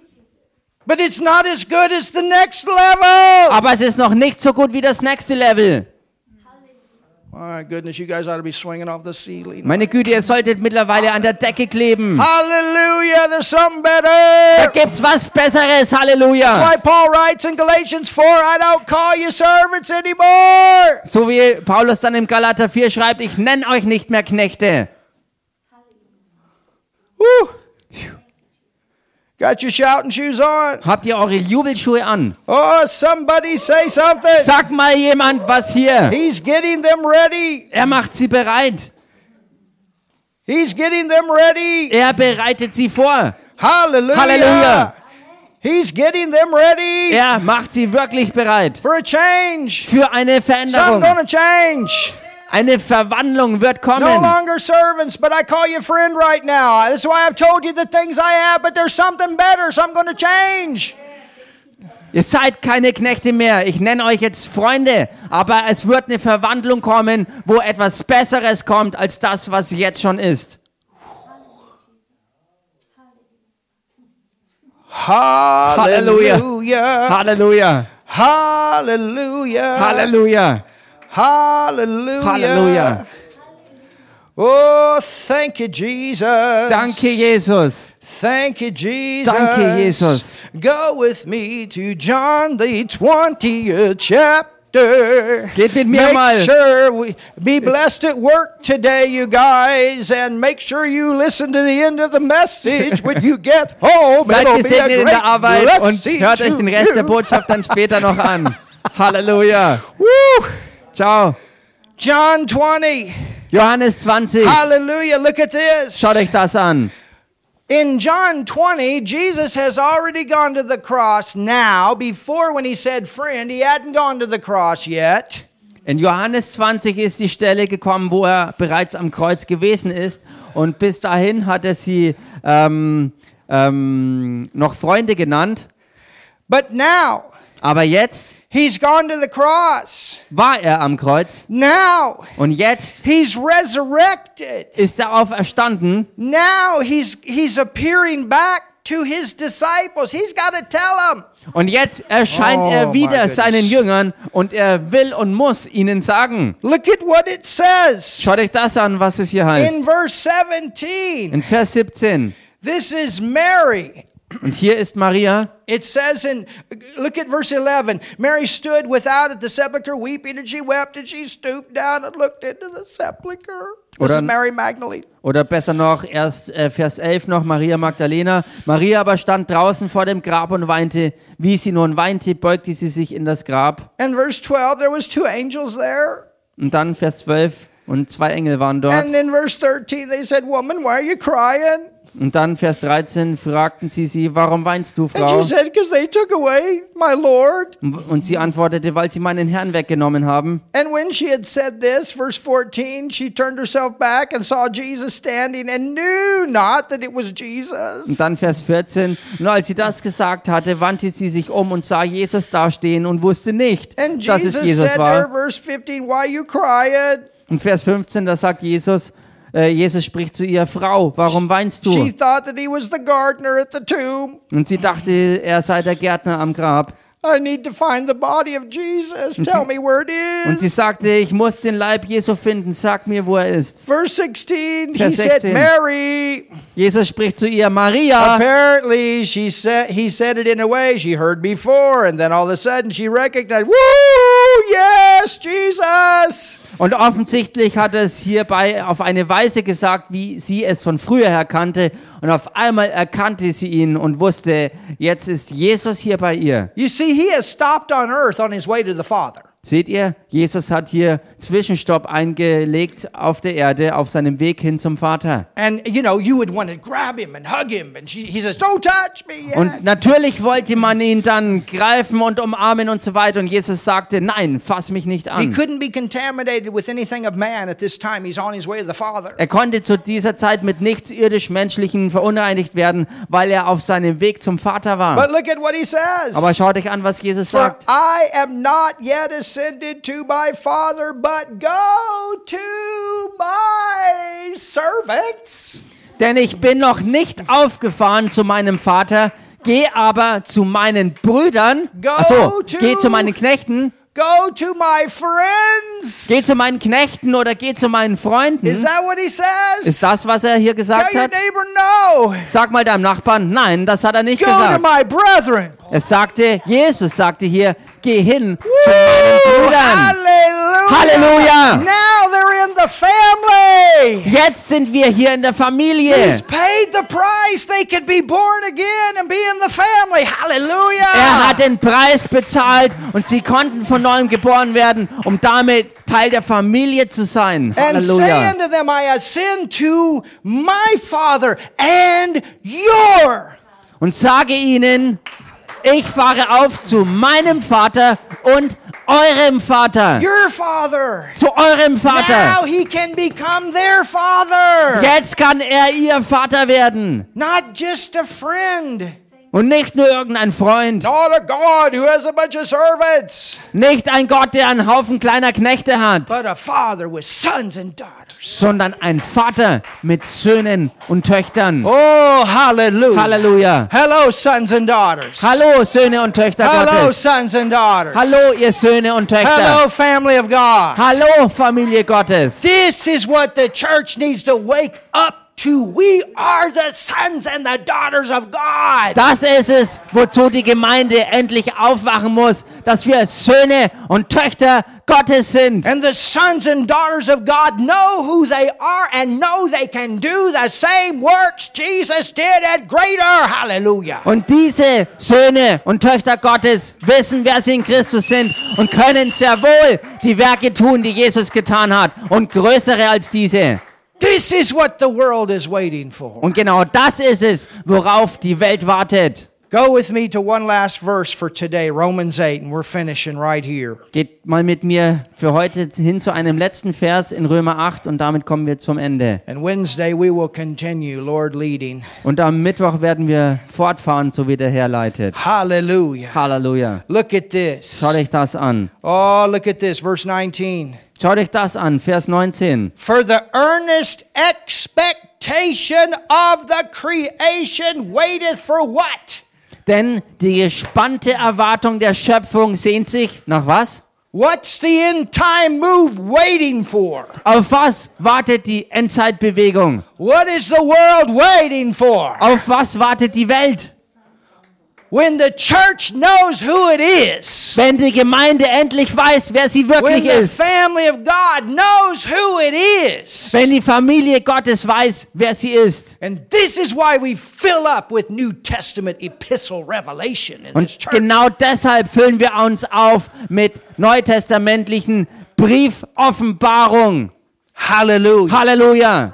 but it's not as good as the next level. Aber es ist noch nicht so gut wie das nächste Level. My goodness, you guys ought to be swinging off the ceiling. Meine Güte, ihr solltet mittlerweile an der Decke kleben. Hallelujah, there's something Da better. gibt's was Besseres, That's Halleluja. why Paul writes in Galatians 4 I don't call you servants anymore. So wie Paulus dann im Galater 4 schreibt, ich nenne euch nicht mehr Knechte. Woo. Got your shouting shoes on. Habt ihr eure Jubelschuhe an? Oh, somebody say something. Sag mal jemand was hier. He's getting them ready. Er macht sie bereit. He's getting them ready. Er bereitet sie vor. Hallelujah. Hallelujah. He's getting them ready Er macht sie wirklich bereit. for a change. Für eine Something Veränderung. gonna change. Eine Verwandlung wird No kommen. longer servants, but I call you friend right now. That's why I've told you the things I have, but there's something better, so I'm going to change. Ihr seid keine Knechte mehr. Ich nenne euch jetzt Freunde. Aber es wird eine Verwandlung kommen, wo etwas Besseres kommt als das, was jetzt schon ist. Halleluja. Halleluja. Halleluja. Halleluja. Halleluja. Halleluja. Halleluja. Oh, thank you, Jesus. Danke, Jesus. Thank you, Jesus. Danke, Jesus. Go with me to John the 20th chapter. Geht mit mir make mal. sure we be blessed at work today, you guys, and make sure you listen to the end of the message when you get home. Seid It'll be a gesegnet in great der Arbeit und blessing hört euch to den Rest der you. Botschaft dann später noch an. Halleluja. Woo! Ciao. John 20. Johannes 20. Hallelujah. Look at this. Schaut euch das an. In John 20, Jesus has already gone to the cross now. Before, when he said friend, he hadn't gone to the cross yet. In Johannes 20 ist die Stelle gekommen, wo er bereits am Kreuz gewesen ist. Und bis dahin hat er sie ähm, ähm, noch Freunde genannt. But now, Aber jetzt he's gone to the cross. war er am Kreuz. Now, Und jetzt he's resurrected. ist er auferstanden. Now, he's, he's appearing back to his disciples. He's got to tell them. Und jetzt erscheint Oh, er my wieder goodness. seinen Jüngern. Und er will und muss ihnen sagen. Look at what it says Schaut euch das an, was es hier heißt. in verse 17. In Vers 17. This is Mary. Und hier ist Maria. It says in, look at verse 11. Mary stood without at the sepulchre weeping, and she wept, and she stooped down and looked into the sepulchre. This Oder- is Mary Magdalene. Oder besser noch, erst äh, Vers 11 noch Maria Magdalena. Maria aber stand draußen vor dem Grab und weinte. Wie sie nun weinte, beugte sie sich in das Grab. And verse 12, there was two angels there. Und dann Vers 12 und zwei Engel waren dort. And in verse 13, they said, Woman, why are you crying? Und dann Vers 13 fragten sie sie, warum weinst du, And Frau? she said, Because they took away my Lord. Und sie antwortete, weil sie meinen Herrn weggenommen haben. And when she had said this, verse 14, she turned herself back and saw Jesus standing and knew not that it was Jesus. Und dann Vers 14. Und als sie das gesagt hatte, wandte sie sich um und sah Jesus dastehen und wusste nicht, And dass es Jesus, Jesus said to her, war. verse 15, Why you crying? Und Vers 15, da sagt Jesus, äh, Jesus spricht zu ihr, Frau, warum weinst du? She thought that he was the gardener at the tomb. Und sie dachte, er sei der Gärtner am Grab. I need to find the body of Jesus. Tell me where it Und sie is. sagte, ich muss den Leib Jesu finden, sag mir, wo er ist. Verse 16, he Vers said, 16. Mary. Jesus spricht zu ihr, Maria. Apparently, she said he said it in a way she heard before, and then all of a sudden she recognized, Woo! Yes, Jesus! Und offensichtlich hat er es hierbei auf eine Weise gesagt, wie sie es von früher her kannte. Und auf einmal erkannte sie ihn und wusste, jetzt ist Jesus hier bei ihr. You see, he has stopped on earth on his way to the Father. Seht ihr, Jesus hat hier Zwischenstopp eingelegt auf der Erde auf seinem Weg hin zum Vater. And you know, you would want to grab him and hug him, and she, he says, Don't touch me yet. Und natürlich wollte man ihn dann greifen und umarmen und so weiter. Und Jesus sagte, nein, fass mich nicht He an. couldn't be contaminated with anything of man at this time. He's on his way to the Father. Er konnte zu dieser Zeit mit nichts irdisch-menschlichen verunreinigt werden, weil er auf seinem Weg zum Vater war. But look at what he says. Aber schaut euch an, was Jesus For sagt. I am not yet ascended to my Father, but go to my servants. Denn ich bin noch nicht aufgefahren zu meinem Vater, geh aber zu meinen Brüdern. Go Achso, to- geh zu meinen Knechten. Go to my friends. Geh zu meinen Knechten oder geh zu meinen Is Freunden. that what he says? Ist das, was er hier gesagt Tell your hat? neighbor no. Sag mal deinem Nachbarn, nein, das hat er nicht Go to gesagt. my brethren. Es sagte, Jesus sagte hier, geh hin zu meinen Woo! Brüdern. Hallelujah. Hallelujah. Now they're in the family. Jetzt sind wir hier in der Familie. He's paid the price. They could be born again and be in the family. Hallelujah. Er hat den Preis bezahlt und sie konnten von neuem geboren werden, um damit Teil der Familie zu sein. and say Halleluja. unto them, I ascend to my Father and your. Und sage ihnen, ich fahre auf zu meinem Vater und eurem Vater. Your Father. Zu eurem Now Vater. he can become their Father. Jetzt kann er ihr Vater werden. Not just a friend. Und nicht nur irgendein Freund, Not a God who has a bunch of servants, nicht ein Gott, der einen Haufen kleiner Knechte hat, but a Father with sons and daughters. sondern ein Vater mit Söhnen und Töchtern. Oh, hallelujah. Halleluja. Hello, sons and daughters. Hallo, Söhne und Töchter Hello, Gottes. sons and daughters. Hallo, ihr Söhne und Töchter. Hello, family of God. Hallo, Familie Gottes. This is what the church needs to wake up to. We are the sons and the daughters of God. Das ist es, wozu die Gemeinde endlich aufwachen muss, dass wir Söhne und Töchter Gottes sind. And the sons and daughters of God know who they are and know they can do the same works Jesus did at greater. Hallelujah. Und diese Söhne und Töchter Gottes wissen, wer sie in Christus sind und können sehr wohl die Werke tun, die Jesus getan hat und größere als diese. This is what the world is waiting for. Und genau das ist es, worauf die Welt wartet. Go with me to one last verse for today, Romans 8, and we're finishing right here. Geht mal mit mir für heute hin zu einem letzten Vers in Römer 8 und damit kommen wir zum Ende. And Wednesday we will continue, Lord leading. Und am Mittwoch werden wir fortfahren, so wie der Herr leitet. Hallelujah. Halleluja. Look at this. Schaut euch das an. Oh, look at this, verse 19. Schaut euch das an, Vers 19. For the earnest expectation of the creation waiteth for what? Denn die gespannte Erwartung der Schöpfung sehnt sich nach was? What's the end time move waiting for? Auf was wartet die Endzeitbewegung? What is the world waiting for? Auf was wartet die Welt? When the church knows who it is, Wenn die Gemeinde endlich weiß, wer sie when wirklich the ist. family of God knows who it is. Wenn die Familie Gottes weiß, wer sie ist. And this is why we fill up with New Testament epistle revelation in this Und church. genau deshalb füllen wir uns auf mit neutestamentlichen Briefoffenbarung. Hallelujah. Halleluja.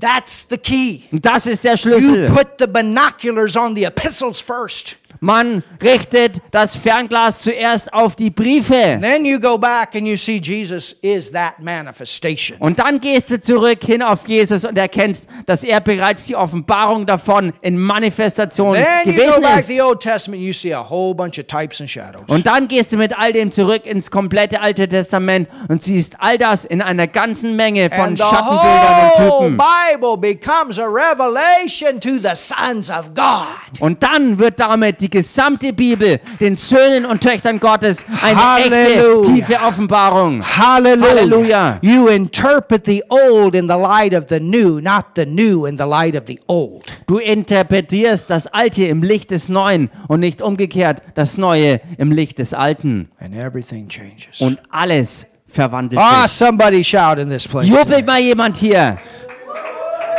That's the key. Und das ist der You Schlüssel. put the binoculars on the epistles first. Man richtet das Fernglas zuerst auf die Briefe. Then you go back and you see Jesus is that manifestation. Und dann gehst du zurück hin auf Jesus und erkennst, dass er bereits die Offenbarung davon in Manifestation Then you go gewesen back to ist. the Old Testament, you see a whole bunch of types and shadows. Und dann gehst du mit all dem zurück ins komplette Alte Testament und siehst all das in einer ganzen Menge von And the Schattenbildern und whole Typen. Bible becomes a revelation to the sons of God. Und dann wird damit die gesamte Bibel den Söhnen und Töchtern Gottes eine Halleluja. echte, tiefe Offenbarung. Hallelujah. Hallelujah. You interpret the old in the light of the new, not the new in the light of the old. Du interpretierst das Alte im Licht des Neuen und nicht umgekehrt das Neue im Licht des Alten. And everything changes. Und alles verwandelt Ah, sich. somebody shout in this place. Jubelt mal jemand hier.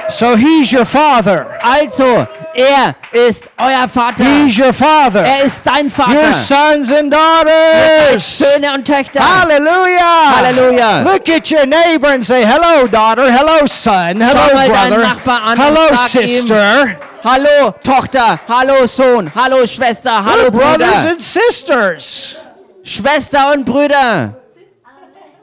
So he's your father. Also, er ist euer Vater. He's your father. Er ist dein Your Vater. sons and daughters. Söhne und Töchter. Hallelujah. Hallelujah. Look at your neighbor and say, hello, daughter. Hello, son. Schau Hello, mal deinen brother. Nachbar an und Hello, sag ihm, sister. Hallo Tochter, hallo Sohn, hallo Schwester, hallo Hello, brothers Bruder. and sisters Schwester und Brüder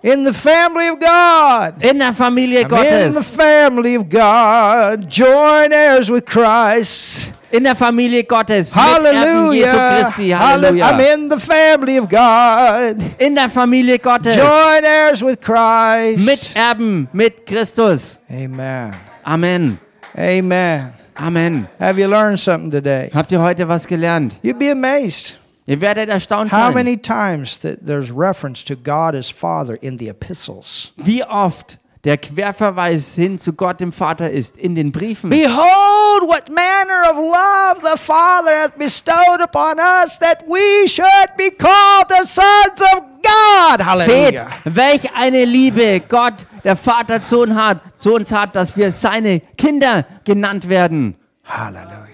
in the family of God. in der Familie In the Gottes. family of God. Join heirs with Christ. In der Familie Gottes. mit Erben Hallelujah. Jesu Christi. Halle- I'm Halleluja. in the family of God. In der Familie Gottes. Join heirs with Christ. Mit Erben, mit Christus. Amen. Amen. Amen. Amen. Have you learned something today? Habt ihr heute was gelernt? You'd be amazed Ihr werdet erstaunt how sein, many times that there's reference to God as Father in the epistles. wie oft der Querverweis hin zu Gott dem Vater ist in den Briefen. Behold, what manner of love the Father hath bestowed upon us that we should be called the sons of God. Seht, Hallelujah. welch eine Liebe Gott, der Vater zu uns hat, zu uns hat, dass wir seine Kinder genannt werden. Hallelujah.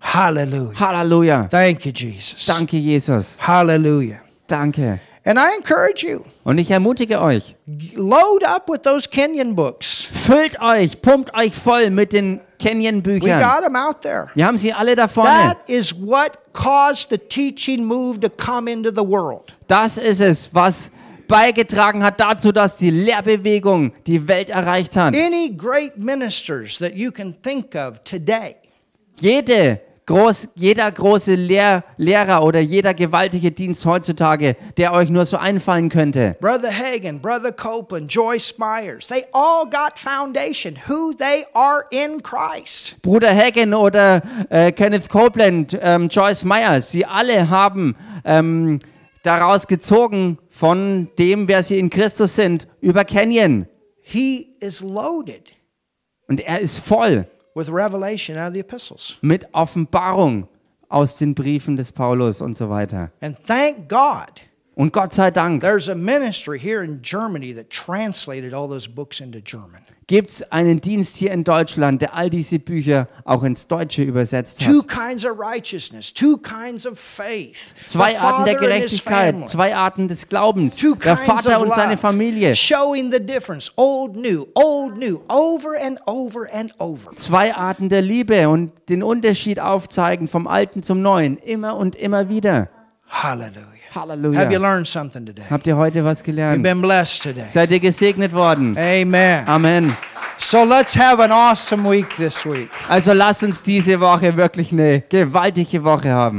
Hallelujah. Halleluja. Thank you, Jesus. Danke, Jesus. Hallelujah. Danke. And I encourage you, Und ich ermutige euch, load up with those Kenyan books. füllt euch, pumpt euch voll mit den We Canyon-Büchern. got them out there. Wir haben sie alle da vorne. That is what caused the teaching move to come into the world. Das ist es, was beigetragen hat dazu, dass die Lehrbewegung die Welt erreicht hat. Any great ministers that you can think of today Jede groß, jeder große Lehr Lehrer oder jeder gewaltige Dienst heutzutage, der euch nur so einfallen könnte. Brother Hagen, Brother Copeland, Joyce Myers, they all got foundation, who they are in Christ. Bruder Hagen oder äh, Kenneth Copeland, ähm, Joyce Myers, sie alle haben ähm, daraus gezogen von dem, wer sie in Christus sind, über Canyon. He is loaded Und er ist voll with revelation out of the epistles. mit Offenbarung aus den Briefen des Paulus und so weiter. And thank God Und Gott sei Dank there's a ministry here in Germany that translated all those books into German. gibt es einen Dienst hier in Deutschland, der all diese Bücher auch ins Deutsche übersetzt hat. Two kinds of righteousness, two kinds of faith. The Zwei Arten der Father and his family. Gerechtigkeit, zwei Arten des Glaubens, Two der kinds Vater of und seine love, Familie, Showing the difference, old, new, old, new, over and over and over. zwei Arten der Liebe und den Unterschied aufzeigen vom Alten zum Neuen, immer und immer wieder. Hallelujah. Have you Halleluja. learned something today? Habt ihr heute was gelernt? Been blessed today. Seid ihr gesegnet worden? Amen. Amen. So let's have an awesome week this week. Also lasst uns diese Woche wirklich eine gewaltige Woche haben.